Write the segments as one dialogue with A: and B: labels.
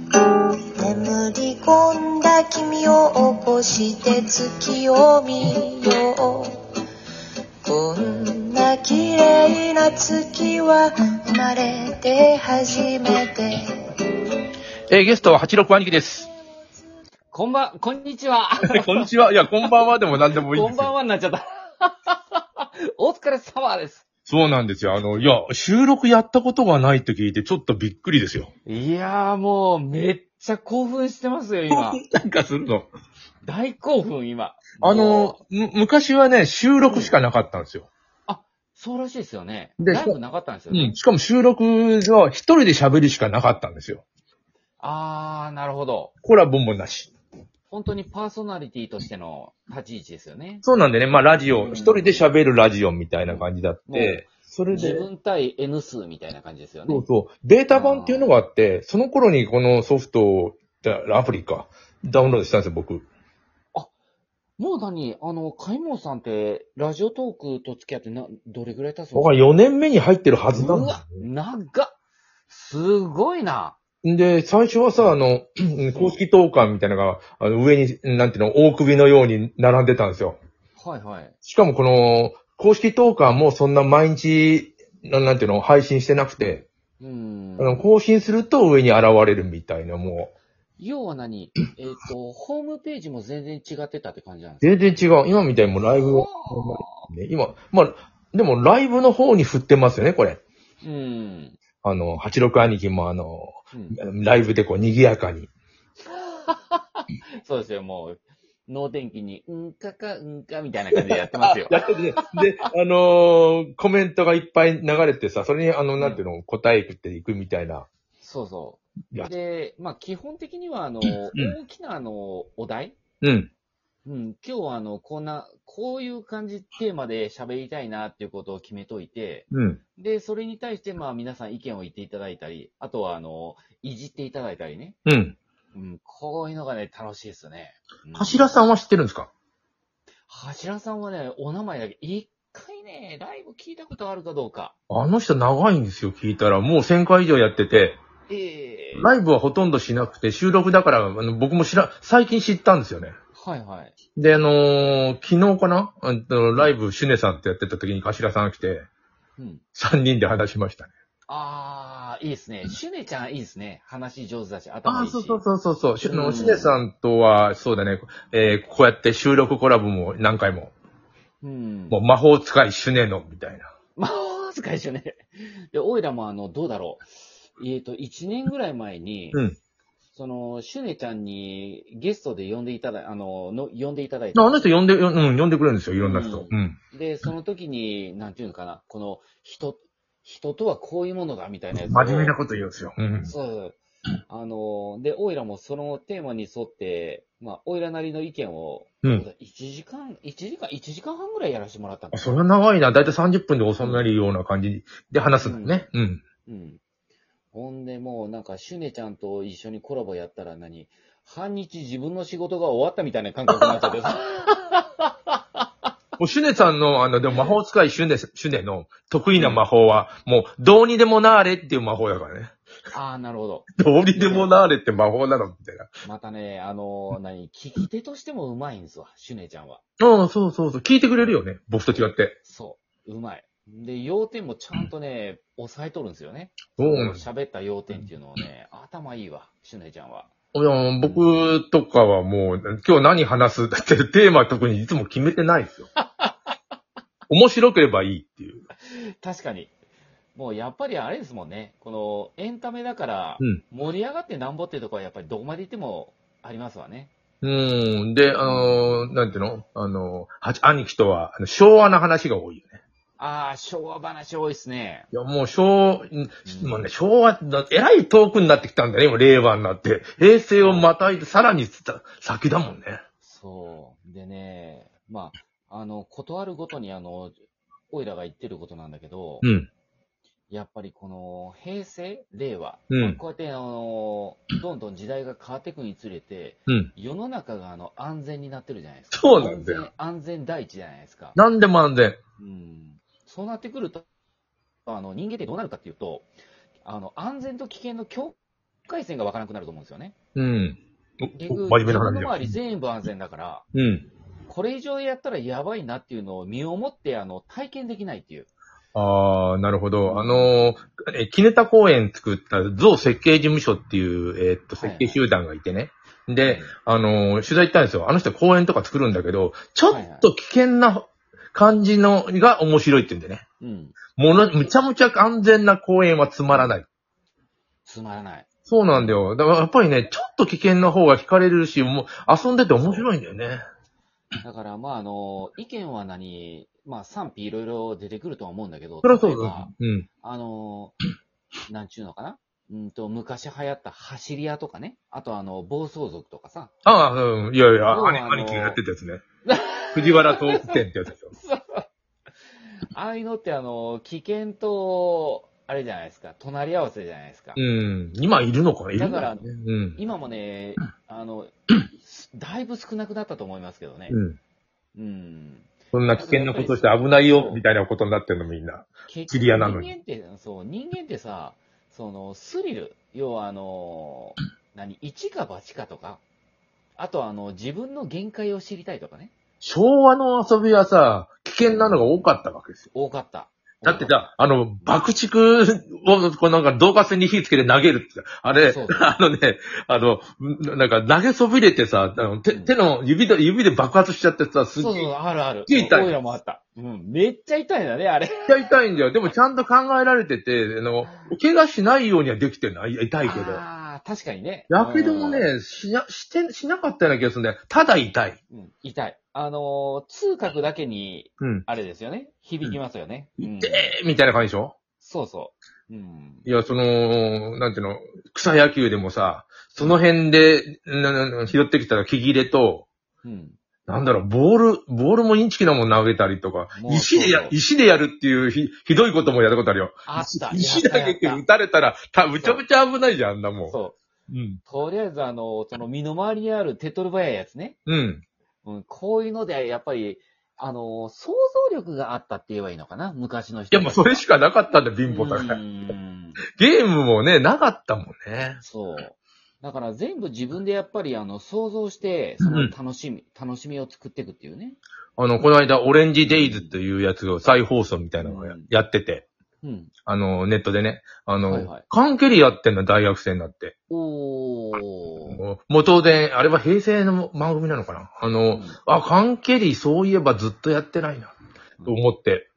A: 眠り込んだ君を起こして月を見ようこんな綺麗な月は生まれて初めて
B: えーゲストは86兄貴です。
C: こんばん、こんにちは。
B: こんにちは。いや、こんばんはでも何でもいいん
C: こ
B: で
C: ん
B: すよ
C: ばんはになっちゃった。 お疲れ様です。
B: そうなんですよ。あの、いや、収録やったことがないって聞いて、ちょっとびっくりですよ。
C: いやーもう、めっちゃ興奮してますよ、 今。
B: なんかするの。
C: 大興奮、今。
B: あ
C: も
B: の、
C: う、
B: む昔はね、収録しかなかったんですよ。
C: そうらしいですよね。
B: で
C: ライブなかったんですよ
B: う
C: ね。
B: ん。しかも収録は一人で喋りしかなかったんですよ。
C: あー、なるほど。
B: コラボもなし。
C: 本当にパーソナリティとしての立ち位置ですよね。
B: そうなんでね、まあラジオ、
C: うん
B: 一人で喋るラジオみたいな感じだっ
C: もう
B: て、それで、
C: 自分対 N 数みたいな感じですよ
B: そ
C: ね
B: う。そう、ベータ版っていうのがあって、その頃にこのソフトを、あアプリか、ダウンロードしたんですよ、僕。
C: もう何あの、カイモンさんって、ラジオトークと付き合ってな、どれぐらい経つの
B: 僕は4年目に入ってるはず
C: う
B: なんだ
C: わ、長っ。すごいな。
B: で、最初はさ、あの、 うん公式投函みたいなのが、あの上に、なんていうの、大首のように並んでたんですよ。
C: はいはい。
B: しかもこの、公式投函もそんな毎日、ななんていうの、配信してなくて、
C: うーん
B: あの、更新すると上に現れるみたいな、もう、
C: 要は何えっ、と、ホームページも全然違ってたって感じなんです
B: 全然違う。今みたいにもうライブを、ね、今、まあ、でもライブの方に振ってますよね、これ。
C: かうん。
B: あの、86兄貴もあの、
C: うん
B: ライブでこう、賑やかに。
C: そうですよ、もう、脳天気に、うんかか、うんか、みたいな感じでやっ
B: 。
C: てますよ
B: やってて、で、あのーコメントがいっぱい流れてさ、それに、あの、なんていうの、答えていくみたいな。
C: そうそ
B: や
C: う。で、まあ、基本的には、あの、
B: ん
C: 大きな、あの、お題
B: うん。
C: うん、今日は、あの、こんな、こういう感じ、テーマで喋りたいな、っていうことを決めといて、
B: うん。
C: で、それに対して、まあ、皆さん意見を言っていただいたり、あとは、あの、いじっていただいたりね。
B: うん。
C: うん、こういうのがね、楽しいですね。うん
B: 柱さんは知ってるんですか
C: 柱さんはね、お名前だけ、一回ね、ライブ聞いたことあるかどうか。
B: あの人長いんですよ、聞いたら。もう1000回以上やってて、
C: ええ
B: ライブはほとんどしなくて、収録だから、あの僕も知ら、最近知ったんですよね。
C: はいはい。
B: で、あのー昨日かなあのライブ、シュネさんってやってた時に頭さんが来て、
C: うん。
B: 3人で話しましたね。
C: あー、いいですね。シュネちゃんいいですね。話上手だし、頭いいし。
B: そうそうそうそうそう。しゅあの
C: うん
B: シュネさんとは、そうだね、えーこうやって収録コラボも何回も。
C: うん。
B: もう魔法使いシュネの、みたいな。
C: まあ、ずかいしね。で、オイラもあの、どうだろう。えっ、と、1年ぐらい前に、
B: うん
C: その、シュネちゃんにゲストで呼んでいただ、あの、の呼んでいただい
B: あ
C: た。
B: の人呼んで、ようん、呼んでくれるんですよ、いろんな人。
C: う
B: うん。
C: で、その時に、なんていうのかな、この、人、人とはこういうものだ、みたいなやつを。
B: 真面目なこと言うんですよ。うん。
C: そう。あの、で、オイラもそのテーマに沿って、まあ、オイラなりの意見を、
B: うん
C: 1時間、1時間、1時間半ぐらいやらせてもらった
B: あ
C: んだ
B: それは長いな。だいたい30分で収めるような感じで話すんだね。うん。
C: うん。ほんで、もうなんか、シュネちゃんと一緒にコラボやったら何半日自分の仕事が終わったみたいな感覚になっちゃって さ。
B: もうシュネさんの、あの、でも魔法使いシュネ、シュネの得意な魔法は、もう、どうにでもなーれっていう魔法だからね。
C: ああ、なるほど。
B: どうにでもなーれって魔法なのみたいな。
C: またね、あの、何聞き手としてもうまいんですわ、シュネちゃんは。
B: うん、そうそうそう。聞いてくれるよね。僕と違って。
C: そう。うまい。で、要点もちゃんとね、抑えとるんですよね。
B: そうなんです
C: 喋った要点っていうのをね、頭いいわ、しゅねちゃんは。
B: いや僕とかはもう、今日何話すだってテーマ特にいつも決めてない ですよ。面白ければいいっていう。
C: 確かに。もうやっぱりあれですもんね、このエンタメだから
B: うん、
C: 盛り上がってなんぼっていうところはやっぱりどこまで行ってもありますわね。
B: うん。で、あのーなんていうのあのーはち兄貴とは、あの昭和の話が多いよね。
C: ああ、昭和話多いっすね。
B: いや、もう昭、もうね、昭和、だえらい遠くになってきたんだね、今、令和になって。平成をまたいで、さらにさ先だもんね。
C: そう。でね、まあ、あの、断るごとにあの、オイラが言ってることなんだけど、
B: ん。
C: やっぱりこの平成、令和、
B: うん
C: こうやってあの、どんどん時代が変わっていくにつれて、
B: うん。
C: 世の中があの安全になってるじゃないですか。
B: そうなんだよ
C: 安全、安全第一じゃないですか。
B: なんでもなんで。
C: うん。そうなってくると、あの、人間ってどうなるかっていうと、あの、安全と危険の境界線がわからなくなると思うんですよね。
B: うん。
C: 結
B: おお真
C: 局、
B: 面目
C: 自
B: な
C: 分
B: 話
C: の
B: だ。
C: 周り全部安全だから、
B: うん。
C: これ以上やったらやばいなっていうのを身をもって、あの、体験できないっていう。
B: ああ、なるほど。あのー、え、キネタ公園作った像設計事務所っていう、えーっと、
C: はいは
B: 設計
C: い
B: 集団がいてね。で、あのー、取材行ったんですよ。あの人公園とか作るんだけど、ちょっと危険な感じのが面白いって言うんでね。
C: うん。
B: もの、むちゃむちゃ安全な公園はつまらない。
C: つまらない。
B: そうなんだよ。だからやっぱりね、ちょっと危険な方が惹かれるし、もう遊んでて面白いんだよね。
C: だから、まあ、あの、意見は何、まあ、賛否いろいろ出てくるとは思うんだけど、
B: そりゃそう
C: 例えば
B: だ。うん。
C: あの、なんちゅうのかなうんと、昔流行った走り屋とかね。あと、あの、暴走族とかさ。
B: ああ、うん。いやいや、
C: 要は
B: 兄
C: あの
B: 兄貴がやってたやつ ね。藤原東福店ってやつでしょ。
C: ああいうのって、あの、危険と、あれじゃないですか、隣り合わせじゃないですか。
B: うん。今いるのかないるんろうねうん。
C: 今もね、あの、だいぶ少なくなったと思いますけどね。
B: うん。
C: うん。
B: そんな危険なことして危ないよ、みたいなことになってるのみんな。
C: 結
B: 知り合いなのに
C: 人間って、そう、人間ってさ、その、スリル、要はあの、何、一か八かとか、あとあの、自分の限界を知りたいとかね。
B: 昭和の遊びはさ、危険なのが多かったわけですよ。
C: 多かった。
B: だってさ、あの、爆竹を、こうなんか、導火線に火つけて投げるって。あれ
C: そう、
B: あのね、あの、ななんか、投げそびれてさ、あの手手の指で、指で爆発しちゃってさ、すっ
C: そう
B: げ
C: そう、あるある。
B: 痛い痛い
C: オイラもあった。うん、めっちゃ痛いんだね、あれ。
B: え痛いんだよ。でもちゃんと考えられてて、あの、怪我しないようにはできてるの。あい痛いけど。
C: ああ、確かにね。
B: やけどもね、しな、して、しなかったような気がするんだよ。ただ痛い。
C: うん、うん痛い。あのー、痛覚だけに、
B: うん。
C: あれですよね。響きますよね。うん
B: 痛えーみたいな感じでしょ
C: そうそう。うん。
B: いや、その、なんていうの、草野球でもさ、その辺で、ななな拾ってきた木切れと、
C: うん。
B: なんだろう、ボール、ボールもインチキなもん投げたりとか、
C: もう
B: 石で
C: そう
B: や
C: そ、う
B: 石でやるっていうひ、ひどいこともやったことあるよ。
C: あった。
B: 石
C: やった
B: 投げて
C: やっ
B: 打たれたら、た、むちゃむちゃ危ないじゃん、あんなも
C: た
B: ん。
C: そう。
B: うん。
C: とりあえず、あのー、その身の回りにある手っ取り早いやつね。
B: うん。
C: うん、こういうので、やっぱり、あのー、想像力があったって言えばいいのかな昔の
B: い
C: 人。
B: や、もうそれしかなかったんだよ、貧乏だ
C: う
B: から。
C: ん。
B: ゲームもね、なかったもんね。
C: そう。だから全部自分でやっぱりあの想像して、その楽しみ、楽しみを作っていくっていうね。
B: あの、この間、オレンジデイズっていうやつが再放送みたいなのをや
C: うん
B: やってて、
C: うん。
B: あの、ネットでね、あの、
C: はいはい
B: 関係やってんの、大学生になって。
C: おー。
B: もうもう当然、あれは平成の番組なのかなあの、
C: うん
B: あ、関係りそういえばずっとやってないな、と思って。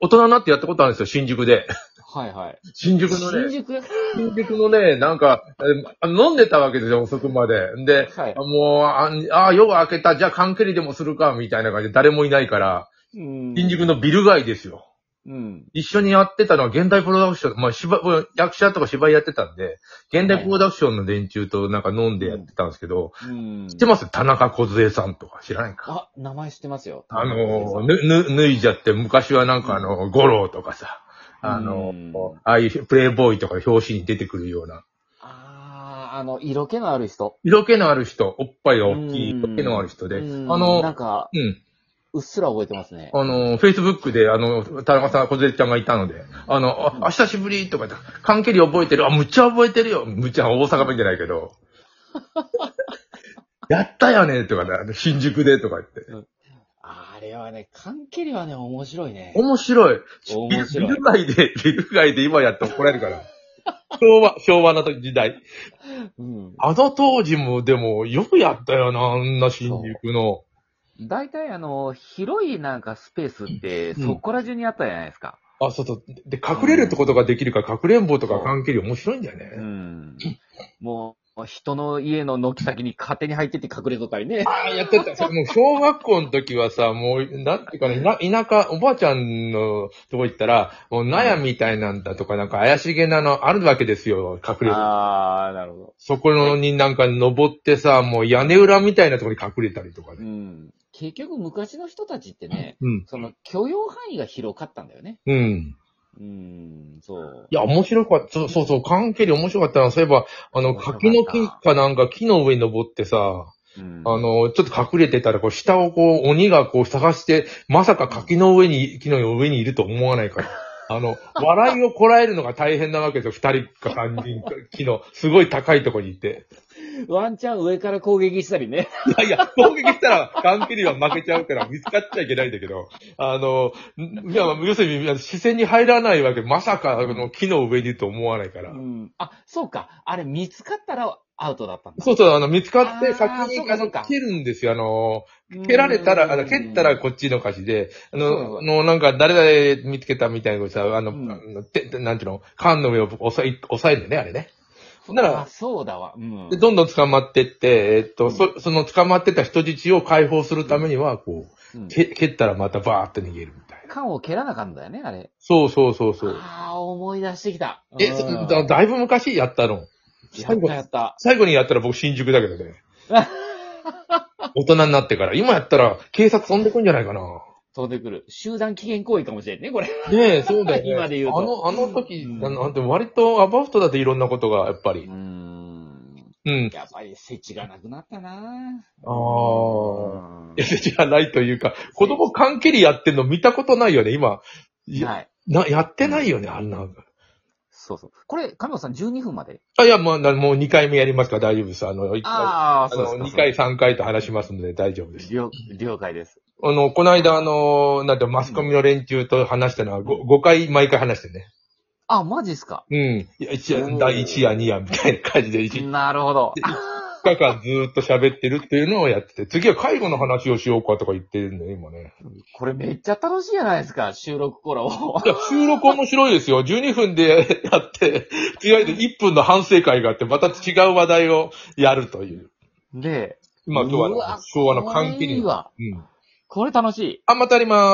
B: 大人になってやったことあるんですよ、新宿で。
C: はいはい。
B: 新宿の
C: 新
B: ね、
C: 宿
B: 新宿のね、なんか、えー飲んでたわけですよ、遅くまで。で、
C: はい
B: あもう、あんあ、夜が明けた、じゃあ関係りでもするか、みたいな感じで誰もいないから、
C: 新
B: 新宿。のビル街ですよ。
C: うん。
B: 一緒にやってたのは現代プロダクション、まあ芝、役者とか芝居やってたんで、現代プロダクションの連中となんか飲んでやってたんですけど、
C: うん。
B: 知ってます田中梢さんとか知らないか。
C: あ、名前知ってますよ。
B: あの、ぬ、ぬ、脱いじゃって、昔はなんかあの、五郎とかさ、あの
C: うん、
B: ああいうプレイボーイとか表紙に出てくるような、
C: あー、あの、色気のある人。
B: 色気のある人、おっぱいが大きい、
C: うん
B: 色気のある人で、あ
C: うんな
B: の、
C: んか、
B: うん、
C: うっすら覚えてますね。
B: あの、Facebook で、あの、田中さん、小ちゃんがいたので、あの、あ、あ久しぶりとか言って、関係り覚えてるあ、むっちゃ覚えてるよむっちゃ大阪弁じゃないけど、 やったよねとかね、あの新宿でとか言って。
C: あれはね、関係りはね、面白いね。
B: 面白い。
C: 面白い
B: ビル街で、ビル街で今やって怒られるから。昭和、昭和の時代。
C: うん。
B: あの当時も、でも、よくやったよな、あんな新宿の。
C: 大体あの、広いなんかスペースって、
B: うん
C: そこら中にあったじゃないですか。
B: あ、そうそう。で、隠れるってことができるから、かくれんぼとか関係り面白いんだよ
C: う
B: ね。
C: ん。もう、人の家の軒先に勝手に入ってって隠れとったりね。
B: ああ、やってた。 もう小学校の時はさ、もう、なんていうかな、田田舎、おばあちゃんのとこ行ったら、もう、納屋みたいなんだとか、なんか怪しげなのあるわけですよ、隠れる。
C: あー、なるほど。
B: そこのになんか登ってさ、もう屋根裏みたいなところに隠れたりとか
C: う
B: ね。
C: ん。結局昔の人たちってね、
B: うん。
C: その許容範囲が広かったんだよね。
B: うん。
C: うん、そう
B: い。や、面白かった。そうそうそう、関係で面白かったな。そういえば、あの、
C: 面白かった
B: 柿の木かなんか木の上に登ってさ、
C: うん
B: あの、ちょっと隠れてたら、こう、下をこう、鬼がこう探して、まさか柿の上に、木の上にいると思わない から。あの、笑いをこらえるのが大変なわけですよ。二人か三人か、木の、すごい高いところにいて。
C: ワンチャン上から攻撃したりね。
B: いやいや、攻撃したら、缶切りは負けちゃうから、見つかっちゃいけないんだけど、あの、んいや、要するに、視線に入らないわけ、まさか、あの、木の上にいると思わないから。
C: うん。あ、そうか。あれ見つかったらアウトだったんだ。
B: そうそう、あの、見つかって、
C: あー
B: 先
C: そう
B: に、
C: か
B: あ
C: そ
B: の
C: うか、
B: 蹴るんですよ。あの、蹴られたら、あの、蹴ったらこっちの勝ちで、あ
C: そ
B: の、
C: う
B: の、なんか、誰々見つけたみたいなことさ、あの、
C: うん
B: あのてなんていうの、缶の上を押さえ、押さえるね、あれね。ほんな
C: あ
B: ら、
C: そうだわ。うん
B: で。どんどん捕まってって、えっと、
C: うん
B: そ、その捕まってた人質を解放するためには、こ
C: うん
B: う、蹴、蹴ったらまたバーって逃げるみたいな。
C: 缶を蹴らなかったんだよね、あれ。
B: そうそうそうそう。
C: ああ、思い出してきた。
B: え、
C: うん
B: そだだいぶ昔やったの。
C: やったやった。
B: 最後にやったら僕新宿だけど ね。大人になってから。今やったら警察飛んでくんじゃないかな。
C: 飛んでくる。集団危険行為かもしれんね、これ。
B: ねえ、そうだよ、 ね。
C: 今で言うと
B: あの、あの時、
C: うん
B: あのなんて割とアバウトだっていろんなことが、やっぱ
C: う
B: り
C: ー。ん。
B: うん。
C: やっぱり世知がなくなったな
B: ああ。
C: あ
B: いや、じゃないというか、子供缶蹴りやってんの見たことないよね、今。いや、
C: はい。
B: なやってないよね、あんな。
C: そうそう。これ、神本さん12分まで
B: あ、いや、まあ、なもう2回目やりますから大丈夫です。あの、1回、あ
C: ああ、そうです
B: の、
C: か。
B: 2回、3回と話しますので大丈夫です。
C: 了了解です。
B: あの、この間、あの、なんていうのマスコミの連中と話したのは 5, 回毎回話してね。
C: あ、マジっすか。
B: うん。いや一
C: お
B: 夜、
C: ー
B: 第1夜、2夜みたいな感じで、1、
C: なるほど。
B: 2日間ずーっと喋ってるっていうのをやってて、次は介護の話をしようかとか言ってるんだよ、今ね。
C: これめっちゃ楽しいじゃないですか、収録コラボ。
B: いや、収録面白いですよ。12分でやって、いわゆる1分の反省会があって、また違う話題をやるという。
C: で、
B: まあ今日
C: う
B: は
C: わ
B: ね、昭和の関係
C: これいい
B: に。うん。
C: わこれ楽しい。
B: あ、またやります。